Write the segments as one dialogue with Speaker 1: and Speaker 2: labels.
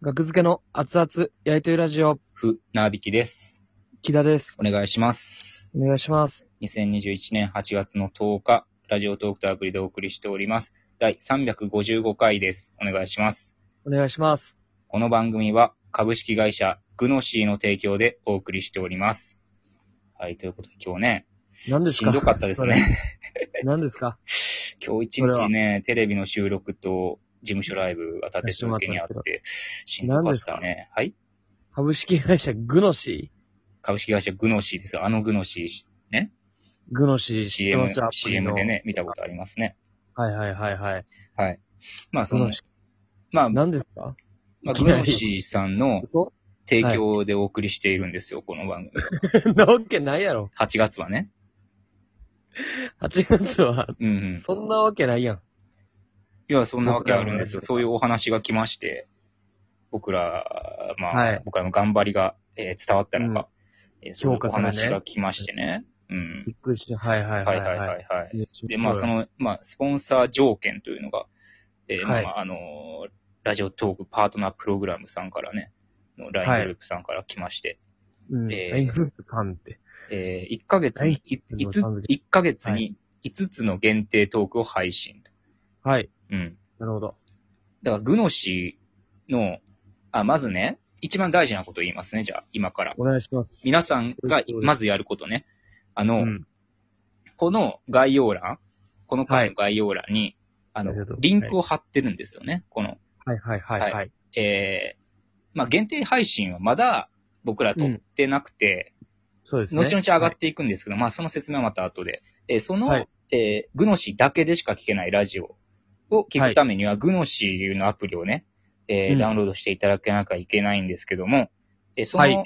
Speaker 1: 学付けの熱々焼いてるラジオ、
Speaker 2: ふ、なびきです。
Speaker 1: 木田です。
Speaker 2: お願いします。
Speaker 1: お願いします。
Speaker 2: 2021年8月の10日、ラジオトークとアプリでお送りしております。第355回です。お願いします。
Speaker 1: お願いします。
Speaker 2: この番組は株式会社グノシーの提供でお送りしております。はい、ということで今日ね、
Speaker 1: 何です
Speaker 2: し
Speaker 1: か
Speaker 2: んどかったですね。
Speaker 1: 何ですか
Speaker 2: 今日一
Speaker 1: それは
Speaker 2: 日ね、テレビの収録と事務所ライブが立て続けにあって、しんどかったね。はい
Speaker 1: 株式会社グノシ
Speaker 2: 株式会社グノシーですよ。あのグノシー
Speaker 1: ーグノシー知ってま
Speaker 2: CM
Speaker 1: すよ、ア、プリの
Speaker 2: CM で。ね、見たことありますね。
Speaker 1: はいはいはいはい。
Speaker 2: はい。まあ、そ
Speaker 1: グ
Speaker 2: の
Speaker 1: ノ、シー。
Speaker 2: まあ、ま
Speaker 1: 何ですか
Speaker 2: あ、グノシーさんの
Speaker 1: 嘘
Speaker 2: 提供でお送りしているんですよ、この番組。
Speaker 1: なわけないやろ。
Speaker 2: 8月はね。
Speaker 1: 8月は、
Speaker 2: うんうん。い
Speaker 1: そんなわけないやん。
Speaker 2: や、そんなわけあるんですよ。そういうお話が来まして、僕ら、まあ、
Speaker 1: はい
Speaker 2: 僕らの頑張りが、えー伝わったのか、えーそう
Speaker 1: 評
Speaker 2: いう
Speaker 1: 価
Speaker 2: お
Speaker 1: されね
Speaker 2: 話が来ましてね。うん。
Speaker 1: びっくりして、はいはい
Speaker 2: は
Speaker 1: はいい。。
Speaker 2: はいはいいはい。で、まあ、そ、の、まあ、スポンサー条件というのが、えー
Speaker 1: はい
Speaker 2: まあ、あのーラジオトークパートナープログラムさんからね、の LINE グループさんから来まして、
Speaker 1: うん。
Speaker 2: えー
Speaker 1: ラインフルーツさんって。
Speaker 2: え1ヶ月に、いいつ一ヶ月
Speaker 1: は
Speaker 2: に5つの限定トークを配信。
Speaker 1: はい。
Speaker 2: うん。
Speaker 1: なるほど。
Speaker 2: だから、グノシーの、あ、まずね、一番大事なことを言いますね、じゃあ、今から。
Speaker 1: お願いします。
Speaker 2: 皆さんが
Speaker 1: そうです
Speaker 2: まずやることね。あの、
Speaker 1: うん。
Speaker 2: この概要欄、この回の概要欄に、あ
Speaker 1: な
Speaker 2: の
Speaker 1: るほど、
Speaker 2: リンクを貼ってるんですよね、この。
Speaker 1: はいはいはいはい。
Speaker 2: えーまあ、限定配信はまだ僕ら撮ってなくて、
Speaker 1: そうですね。
Speaker 2: 後々上がっていくんですけど、まあ、その説明はまた後で。えーその、
Speaker 1: はい
Speaker 2: えーグノシーだけでしか聞けないラジオを聞くためには、グノシーのアプリをね、えー
Speaker 1: うん
Speaker 2: ダウンロードしていただけなきゃいけないんですけども、えーそ
Speaker 1: はい
Speaker 2: の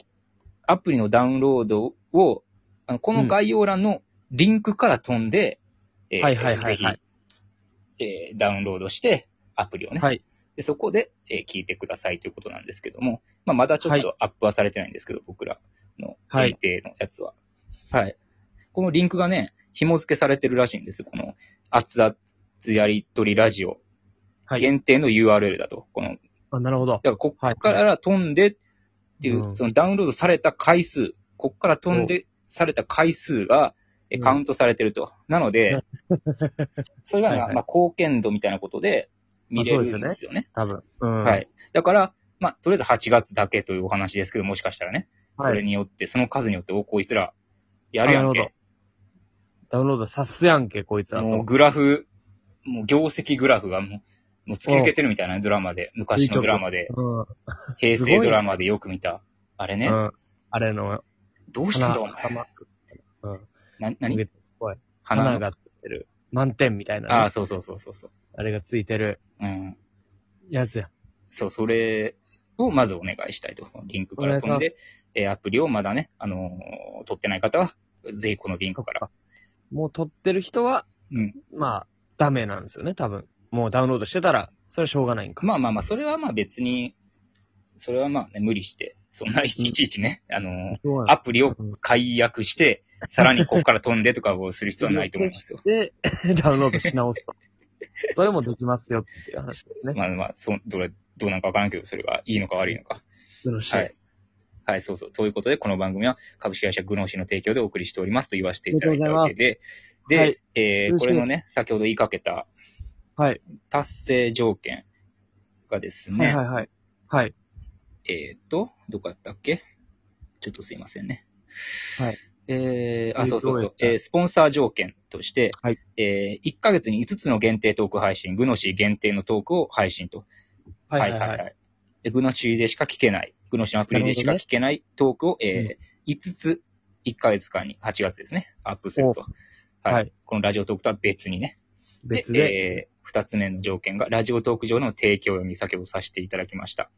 Speaker 2: アプリのダウンロードを、あのこの概要欄のリンクから飛んで、えー
Speaker 1: はいはいはいはい
Speaker 2: ぜひ、えーダウンロードして、アプリをね、
Speaker 1: はい。
Speaker 2: で、そこで、えー聞いてくださいということなんですけども、まあ、まだちょっとアップはされてないんですけど、僕らの
Speaker 1: はい
Speaker 2: 限定のやつは。はい。このリンクがね、紐付けされてるらしいんですよこの、熱々やりとりラジオ
Speaker 1: はい。
Speaker 2: 限定の URL だと。この、だか
Speaker 1: あ、なるほど。
Speaker 2: らこ
Speaker 1: は
Speaker 2: こ
Speaker 1: い
Speaker 2: から飛んでっていう、
Speaker 1: うん
Speaker 2: そのダウンロードされた回数、ここから飛んでされた回数が、え
Speaker 1: うん
Speaker 2: カウントされてると。なので、 それがね、
Speaker 1: はいはい
Speaker 2: まあ、貢献度みたいなことで見れるんですよ
Speaker 1: まあそうで
Speaker 2: ね
Speaker 1: 多分。うん。
Speaker 2: は。い。だから、まあ、とりあえず8月だけというお話ですけど、もしかしたらね。
Speaker 1: は
Speaker 2: それ
Speaker 1: い。
Speaker 2: によって、その数によって、お、こいつら、やるやん
Speaker 1: なる
Speaker 2: け。
Speaker 1: ダウンロードさすやんけ、こいつらと。
Speaker 2: もうグラフ、もう業績グラフがもう、もう突き抜けてるみたいなドラマで、昔のドラマで、
Speaker 1: うん。
Speaker 2: 平成ドラマでよく見た。あれ
Speaker 1: う
Speaker 2: ね、
Speaker 1: ん。あれの、
Speaker 2: どうしたんだお前。
Speaker 1: うん。
Speaker 2: な、な
Speaker 1: 今
Speaker 2: に
Speaker 1: 月すごい。
Speaker 2: 花
Speaker 1: 花
Speaker 2: の。
Speaker 1: がついてる。満点みたいなね、
Speaker 2: ああ、そうそうそうそうそう。
Speaker 1: あれがついてる
Speaker 2: うん。
Speaker 1: やつや。
Speaker 2: そう、それをまずお願いしたいと。リンクから飛んで、えーアプリをまだね、あのー取ってない方は、ぜひこのリンクから。
Speaker 1: もう撮ってる人は、
Speaker 2: うん。
Speaker 1: まあ、ダメなんですよね、多分。もうダウンロードしてたら、それはしょうがないんか。
Speaker 2: まあまあまあ、それはまあ別に、それはまあね、無理して、そんないち
Speaker 1: うん
Speaker 2: いちいちね、あの、
Speaker 1: しょうがない。
Speaker 2: アプリを解約して、さらにここから飛んでとかをする必要はないと思いますよ
Speaker 1: で、ダウンロードし直すと。それもできますよっていう話ですね。
Speaker 2: まあまあ、そう、どれ、どうなんかわからんけど、それがいいのか悪いのか。
Speaker 1: よろしい。
Speaker 2: はい。はい、そうそう。ということで、この番組は株式会社グノーシーの提供でお送りしておりますと言わせていただいたわけで、で、
Speaker 1: はい
Speaker 2: え
Speaker 1: よ
Speaker 2: ー、
Speaker 1: ろし
Speaker 2: こ
Speaker 1: い
Speaker 2: れのね、先ほど言いかけた
Speaker 1: はい。
Speaker 2: 達成条件がですね、
Speaker 1: はいはいはい。はい。
Speaker 2: えっ、と、どこやったっけちょっとすいませんね。
Speaker 1: はい。
Speaker 2: えー、あ、
Speaker 1: えー
Speaker 2: そうそう
Speaker 1: どう
Speaker 2: そ
Speaker 1: や
Speaker 2: う
Speaker 1: っ。た
Speaker 2: えー、スポンサー条件として、
Speaker 1: はい
Speaker 2: えー、1ヶ月に5つの限定トーク配信、グノシー限定のトークを配信と。
Speaker 1: はいはいはい。
Speaker 2: い。で、グノシーでしか聞けない、グノシーのアプリでしか
Speaker 1: なるほどね
Speaker 2: 聞けないトークを、えー、5つ、1ヶ月間に、8月ですね、アップすると。はい、
Speaker 1: はい
Speaker 2: このラジオトークとは別にね。
Speaker 1: 別で。
Speaker 2: えー、2つ目の条件が、ラジオトーク上の提供読み先をさせていただきました。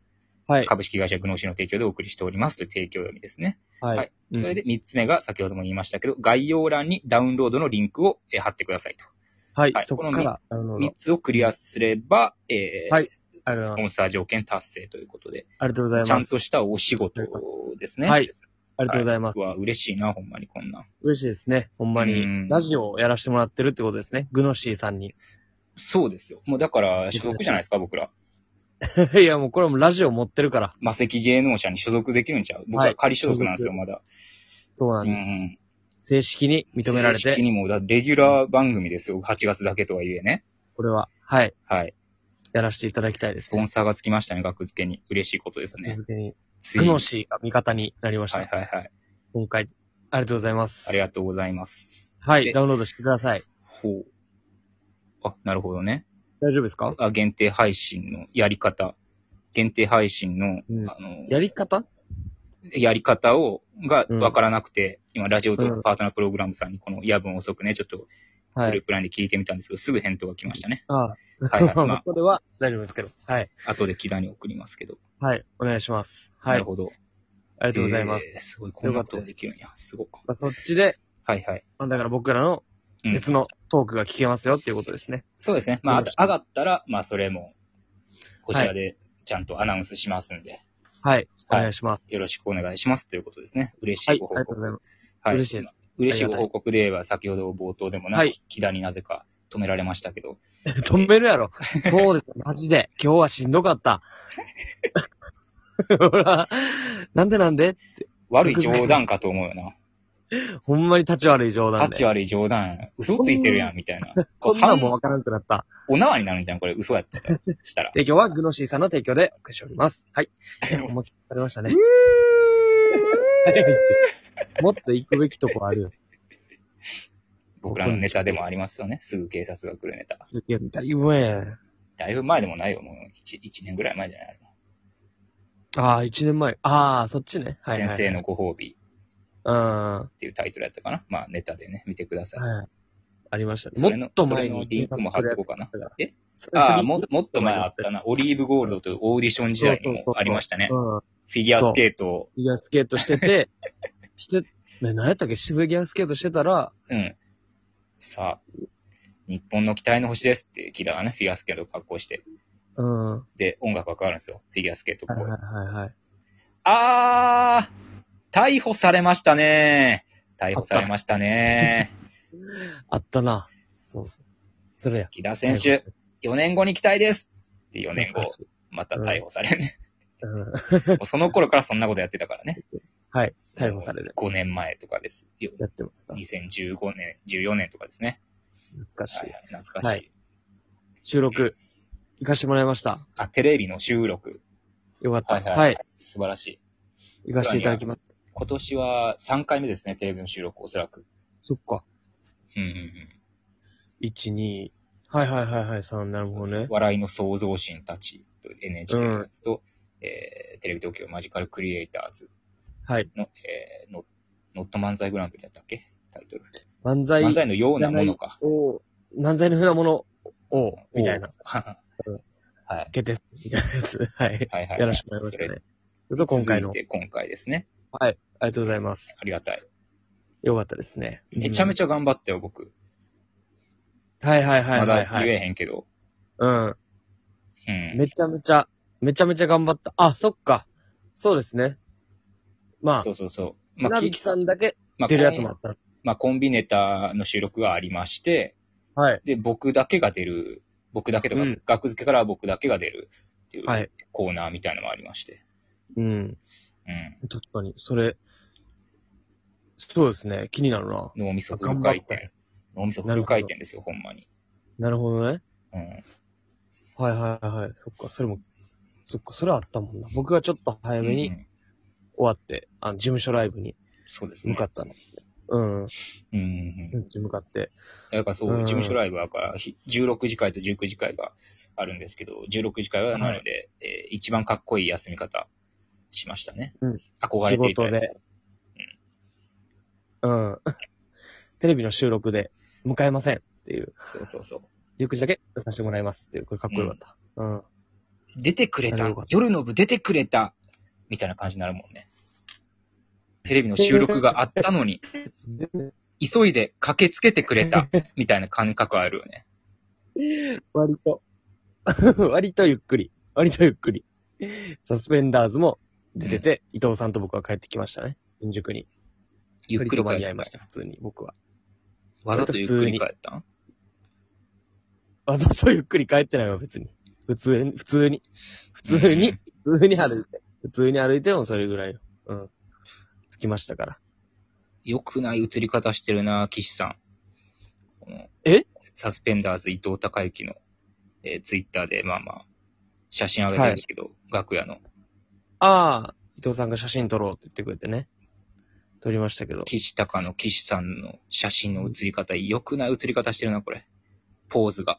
Speaker 1: はい。
Speaker 2: 株式会社グノーシーの提供でお送りしておりますという提供読みですね。
Speaker 1: は
Speaker 2: はいい。それで3つ目が先ほども言いましたけど、概要欄にダウンロードのリンクをえー貼ってくださいと。
Speaker 1: はい
Speaker 2: は、い
Speaker 1: そこからダウンロード
Speaker 2: 3。つをクリアすれば、えー
Speaker 1: はいありがとうご
Speaker 2: ス
Speaker 1: ざい
Speaker 2: ポ
Speaker 1: ま
Speaker 2: ン
Speaker 1: す。
Speaker 2: サー条件達成ということで、
Speaker 1: ありがとうございます。
Speaker 2: ちゃんとしたお仕事ですね。
Speaker 1: はい。ありがとうございます。
Speaker 2: はわ嬉しいな、ほんまにこんなん。
Speaker 1: 嬉しいですね。ほんま
Speaker 2: う
Speaker 1: に。
Speaker 2: ん
Speaker 1: ラジオをやらせてもらってるってことですね。グノシーさんに。
Speaker 2: そうですよ。もうだから、所属じゃないですか、僕ら。
Speaker 1: いや、もうこれもラジオ持ってるから。
Speaker 2: 魔石芸能者に所属できるんちゃう僕
Speaker 1: は
Speaker 2: はい仮所属なんですよ、まだ。
Speaker 1: そうなん
Speaker 2: う
Speaker 1: です。
Speaker 2: ん。
Speaker 1: 正式に認められ
Speaker 2: 正式
Speaker 1: て、
Speaker 2: にもう、だレギュラー番組ですよ。8月だけとはいえね。
Speaker 1: これは、はい、
Speaker 2: はい。
Speaker 1: やらせていただきたいで
Speaker 2: ス
Speaker 1: す
Speaker 2: ポ
Speaker 1: ね。
Speaker 2: ンサーがつきましたね、額付けに。嬉しいことですね。
Speaker 1: 続けに、
Speaker 2: つ
Speaker 1: グ
Speaker 2: いに。
Speaker 1: ノ
Speaker 2: は
Speaker 1: シーが味方になりました。
Speaker 2: いはいはい。
Speaker 1: 今回、ありがとうございます。
Speaker 2: ありがとうございます。
Speaker 1: はい、
Speaker 2: で
Speaker 1: ダウンロードしてください。
Speaker 2: ほう。あ、なるほどね。
Speaker 1: 大丈夫ですか
Speaker 2: あ、限定配信のやり方。限定配信の、
Speaker 1: うん
Speaker 2: あの、
Speaker 1: やり方
Speaker 2: やり方を、が
Speaker 1: うん
Speaker 2: 分からなくて、今、ラジオト
Speaker 1: う
Speaker 2: ーク
Speaker 1: ん
Speaker 2: パートナープログラムさんにこの夜分遅くね、ちょっと
Speaker 1: は
Speaker 2: グル
Speaker 1: い。
Speaker 2: ープラインで聞いてみたんですけど、すぐ返答が来ました ね。
Speaker 1: ああ、
Speaker 2: はいはいまあ
Speaker 1: これは大丈夫ですけど。はい。
Speaker 2: 後で木田に送りますけど。
Speaker 1: はい、お願いします。
Speaker 2: な
Speaker 1: はい。
Speaker 2: る
Speaker 1: あ
Speaker 2: ほど。あ
Speaker 1: りがとうございます。。
Speaker 2: すごい、こんなことできるんや。すごい。
Speaker 1: まあ、そっちで、
Speaker 2: はいはい。
Speaker 1: まあだから僕らの
Speaker 2: うん
Speaker 1: 別のトークが聞けますよっていうことですね。
Speaker 2: そうですね。まあ、
Speaker 1: よ
Speaker 2: あ
Speaker 1: ろ
Speaker 2: と
Speaker 1: しく
Speaker 2: 上がったら、まあ、それも、こちらでちゃんとアナウンスしますんで、
Speaker 1: はい。お
Speaker 2: はい
Speaker 1: 願いします。
Speaker 2: よろしくお願いしますということですね。嬉し
Speaker 1: はいい。
Speaker 2: ご
Speaker 1: ありがと
Speaker 2: 報
Speaker 1: う
Speaker 2: 告。
Speaker 1: ございます。
Speaker 2: は
Speaker 1: 嬉しいです。
Speaker 2: 嬉しいご報告で言えば、先ほど冒頭でもな、
Speaker 1: はい
Speaker 2: 木田になぜか止められましたけど、
Speaker 1: 止めるやろ。そう です。マジで。今日はしんどかった。 ほら、なんでなんで
Speaker 2: 悪い冗談かと思うよな。
Speaker 1: ほんまに立ち悪い冗
Speaker 2: 価
Speaker 1: 談
Speaker 2: 値
Speaker 1: で。
Speaker 2: 悪い冗談、嘘ついてるやん、みたいな。
Speaker 1: そんなんもう
Speaker 2: こ
Speaker 1: わからなくなった。
Speaker 2: うお縄になるんじゃん、これ、嘘やったら。したら。
Speaker 1: 提供はグノシーさんの提供でお送りしております。はい。お待ちされましたね。もっと行くべきとこあるよ。
Speaker 2: 僕らのネタでもありますよね。すぐ警察が来るネタ。
Speaker 1: すげえ、だいぶ前やね。
Speaker 2: だいぶ前でもないよ、もう1、一年ぐらい前じゃない、
Speaker 1: ああ、一年前。ああ、そっちね。はい、はい。
Speaker 2: 先生のご褒美
Speaker 1: うん。は
Speaker 2: っていうタイトルやったかな。まあ、ネタでね、見てください。
Speaker 1: い。ありましたね。
Speaker 2: それの
Speaker 1: もっと前
Speaker 2: それの
Speaker 1: に。
Speaker 2: リンクも貼っとこうかな。えあ
Speaker 1: あ
Speaker 2: あ、
Speaker 1: あ、もっ
Speaker 2: も、もっと前あったな。オリーブゴールドというオーディション時代にもありましたね。
Speaker 1: うん。
Speaker 2: フィギュアスケートを。
Speaker 1: フィギュアスケートして て、して、ね、何やったっけフィギュアスケートしてたら、
Speaker 2: うん。さあ、日本の期待の星ですって、キダがね、フィギュアスケートを格好して。
Speaker 1: うん。は
Speaker 2: で、音楽がかかるんですよ。フィギュアスケート
Speaker 1: い
Speaker 2: っ
Speaker 1: はい
Speaker 2: ぽい。
Speaker 1: はいはい。
Speaker 2: あー、逮捕されましたね。逮捕されましたね。
Speaker 1: あったな。そうそう。それや。
Speaker 2: 木田選手、4年後に期待ですって4年後
Speaker 1: 懐か、しい。
Speaker 2: また逮捕されるね。
Speaker 1: うん。
Speaker 2: もうその頃からそんなことやってたからね。
Speaker 1: はい。 逮捕される。
Speaker 2: 5年前とかです。よ
Speaker 1: やってました。
Speaker 2: 2015年、14年とかですね。
Speaker 1: 懐かし
Speaker 2: はいい。はい、懐かしい,、
Speaker 1: はい収録、行かしてもらいました。
Speaker 2: あ、テレビの収録。
Speaker 1: よかった。
Speaker 2: はいはい
Speaker 1: はい。
Speaker 2: 素晴らしい。
Speaker 1: 行かしていただきます。
Speaker 2: 今年は3回目ですね、テレビの収録、おそらく。
Speaker 1: そっか。
Speaker 2: うんうんうん。
Speaker 1: 1、2、はいはいはいはい、3、なるほどね。
Speaker 2: 笑いの創造神たちと NHK のやつと、えー、テレビ東京マジカルクリエイターズ
Speaker 1: はい。
Speaker 2: の、えー、ノノット漫才グランプリだったっけタイトル。
Speaker 1: 漫才
Speaker 2: 漫才のようなものか。
Speaker 1: を、漫才のふうなものを、みたいな、
Speaker 2: おー。はい。
Speaker 1: 決定、みたいなやつ。 はい。
Speaker 2: はいはい。
Speaker 1: やらせてもらいました
Speaker 2: そ
Speaker 1: ね。それと今回の
Speaker 2: 続。いて今回ですね。
Speaker 1: はい。ありがとうございます。
Speaker 2: ありがたい。
Speaker 1: よかったですね。
Speaker 2: めちゃめ
Speaker 1: ち
Speaker 2: ちゃ頑張ったよ、僕。
Speaker 1: ゃ。はいはいはい
Speaker 2: ま
Speaker 1: はい、
Speaker 2: だ
Speaker 1: は
Speaker 2: 言
Speaker 1: い。
Speaker 2: えへんけど。
Speaker 1: うん。
Speaker 2: うん。
Speaker 1: めちゃめちゃ、めちゃめちゃ頑張った。あ、そっか。そうですね。まあ
Speaker 2: そ、うそうそう。
Speaker 1: な
Speaker 2: まあ、
Speaker 1: びきさんだけ
Speaker 2: まあ
Speaker 1: 出るやつ
Speaker 2: コン
Speaker 1: もあった。
Speaker 2: まあ、コンビネタの収録がありまして、
Speaker 1: はい。
Speaker 2: で、僕だけが出る、僕だけとか、
Speaker 1: うん
Speaker 2: 学付けから僕だけが出るってい
Speaker 1: は
Speaker 2: う
Speaker 1: い
Speaker 2: コーナーみたいなのもありまして。
Speaker 1: うん。
Speaker 2: うん。
Speaker 1: 確かに、それ、そうですね。気になるな。
Speaker 2: 脳みそフ
Speaker 1: あ
Speaker 2: ル
Speaker 1: 頑張
Speaker 2: 回
Speaker 1: った
Speaker 2: 転。脳みそフル回転ですよ、ほんまに。
Speaker 1: なるほどね。
Speaker 2: うん。
Speaker 1: はいはいはい。そっか、それも、そっか、それあったもんな。僕がちょっと早め
Speaker 2: う
Speaker 1: に
Speaker 2: ん
Speaker 1: 終わって、あの、事務所ライブに
Speaker 2: そうですね。
Speaker 1: 向かったんですね。うん。
Speaker 2: うんう
Speaker 1: うん
Speaker 2: うん。
Speaker 1: ん、向かって。
Speaker 2: だからそう、
Speaker 1: うん
Speaker 2: 事務所ライブはから、ひ16時会と19時会があるんですけど、16時会はなので、えー一番かっこいい休み方しましたね。
Speaker 1: うん
Speaker 2: 憧れていたやつ
Speaker 1: 仕事うん。 テレビの収録で迎えませんっていう、
Speaker 2: そうそうそう。
Speaker 1: 19時だけ出させてもらいますっていう、これかっこよかった。うん。
Speaker 2: 出てくれ
Speaker 1: な
Speaker 2: た
Speaker 1: るほど、
Speaker 2: 夜の部出てくれた、みたいな感じになるもんね。テレビの収録があっ たのに、急いで駆けつけてくれた、みたいな感覚あるよね。
Speaker 1: 割と、 割とゆっくり。割とゆっくり。サスペンダーズも出てて、伊藤さんと僕は帰ってきましたね。新宿に。
Speaker 2: ゆっくり
Speaker 1: 間
Speaker 2: 帰
Speaker 1: に合
Speaker 2: っ。
Speaker 1: いましたた、普通に、僕は。
Speaker 2: わざとゆっくり帰ったん
Speaker 1: わざとゆっくり帰ってないわ、別に。普通に、普通に、普通に、普通に歩いて。普通に歩いてもそれぐらいよ。うん。着きましたから。
Speaker 2: 良くない映り方してるな、岸さん。この
Speaker 1: え
Speaker 2: サスペンダーズ伊藤孝之の、えツイッター Twitter で、まあまあ、写真上げたんですけど、楽屋の。
Speaker 1: ああ、伊藤さんが写真撮ろうって言ってくれてね。撮りましたけど。
Speaker 2: 岸高の岸さんの写真の写り方、良くない写り方してるな、これ。ポーズが。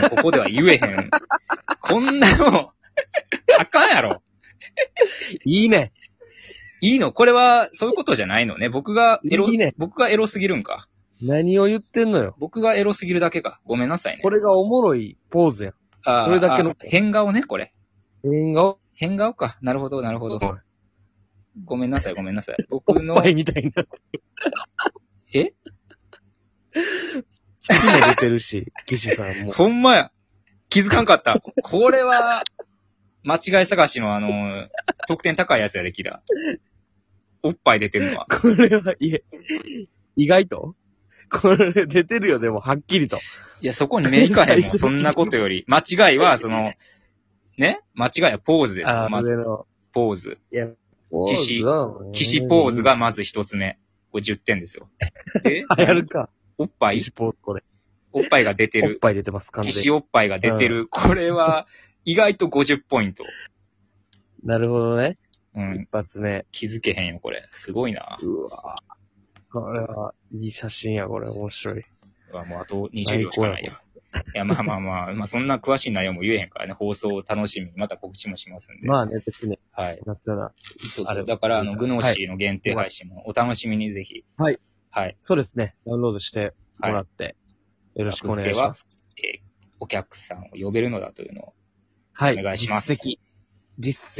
Speaker 2: もうここでは言えへん。 こんなもん、あかんやろ。
Speaker 1: いいね。
Speaker 2: いいのこれは、そういうことじゃないのね。僕がエロ、
Speaker 1: いいね
Speaker 2: 僕がエロすぎるんか。
Speaker 1: 何を言ってんのよ。
Speaker 2: 僕がエロすぎるだけか。ごめんなさいね。
Speaker 1: これがおもろいポーズやん。
Speaker 2: あー
Speaker 1: それだけの
Speaker 2: あ変顔ね、これ。
Speaker 1: 変顔
Speaker 2: 変顔か。なるほど、なるほ
Speaker 1: おっ
Speaker 2: ど。ごめんなさい、ごめん なさい。僕の
Speaker 1: ぱ、いみたいになって。
Speaker 2: え
Speaker 1: 父も出てるし、岸さんも。
Speaker 2: ほんまや。気づかんかった。これは、間違い探しのあの、得点高いやつやできた。おっぱい出てるのは。
Speaker 1: これは、いえ、意外とこれ出てるよ、でも、はっきりと。
Speaker 2: いや、そこに目いかへんも
Speaker 1: 最
Speaker 2: ん。
Speaker 1: 初
Speaker 2: そんなことより。間違いは、その、ね間違いはポーズです
Speaker 1: あ
Speaker 2: よ。
Speaker 1: あ、
Speaker 2: まず、
Speaker 1: 上の。
Speaker 2: ポーズ。
Speaker 1: いや、
Speaker 2: 岸
Speaker 1: ポ
Speaker 2: 騎士ポーズがま
Speaker 1: ず。
Speaker 2: ず一つ目。これ10点です よ。で、
Speaker 1: あ、やるか。
Speaker 2: おっぱい
Speaker 1: 騎、士ポーズ、これ。
Speaker 2: おっぱいが出て
Speaker 1: おっ
Speaker 2: る。
Speaker 1: ぱい出てます、完
Speaker 2: 騎
Speaker 1: 全
Speaker 2: 士
Speaker 1: に。
Speaker 2: おっぱいが出てる。これは、意外と50ポイント。
Speaker 1: なるほどね。
Speaker 2: うん。
Speaker 1: 一発目。
Speaker 2: 気づけへんよ、これ。すごいな。
Speaker 1: うわこれは、いい写真や、これ、面白い。
Speaker 2: うわもうあと20秒しかないよ
Speaker 1: 最。
Speaker 2: いや、まあまあまあ、まあそんな詳しい内容も言えへんからね、放送を楽しみに、また告知もしますんで。
Speaker 1: まあね、別に、
Speaker 2: はい。
Speaker 1: なすよな。
Speaker 2: そう
Speaker 1: あ
Speaker 2: そ
Speaker 1: れ
Speaker 2: う。だから、あの、
Speaker 1: はい
Speaker 2: グノーシーの限定配信もお楽しみにぜひ。
Speaker 1: はい。
Speaker 2: はい。
Speaker 1: そうですね。ダウンロードしてもらって、よろしくお願いします。
Speaker 2: えーお客さんを呼べるのだというのを
Speaker 1: はい。
Speaker 2: お願いします
Speaker 1: 実績。実績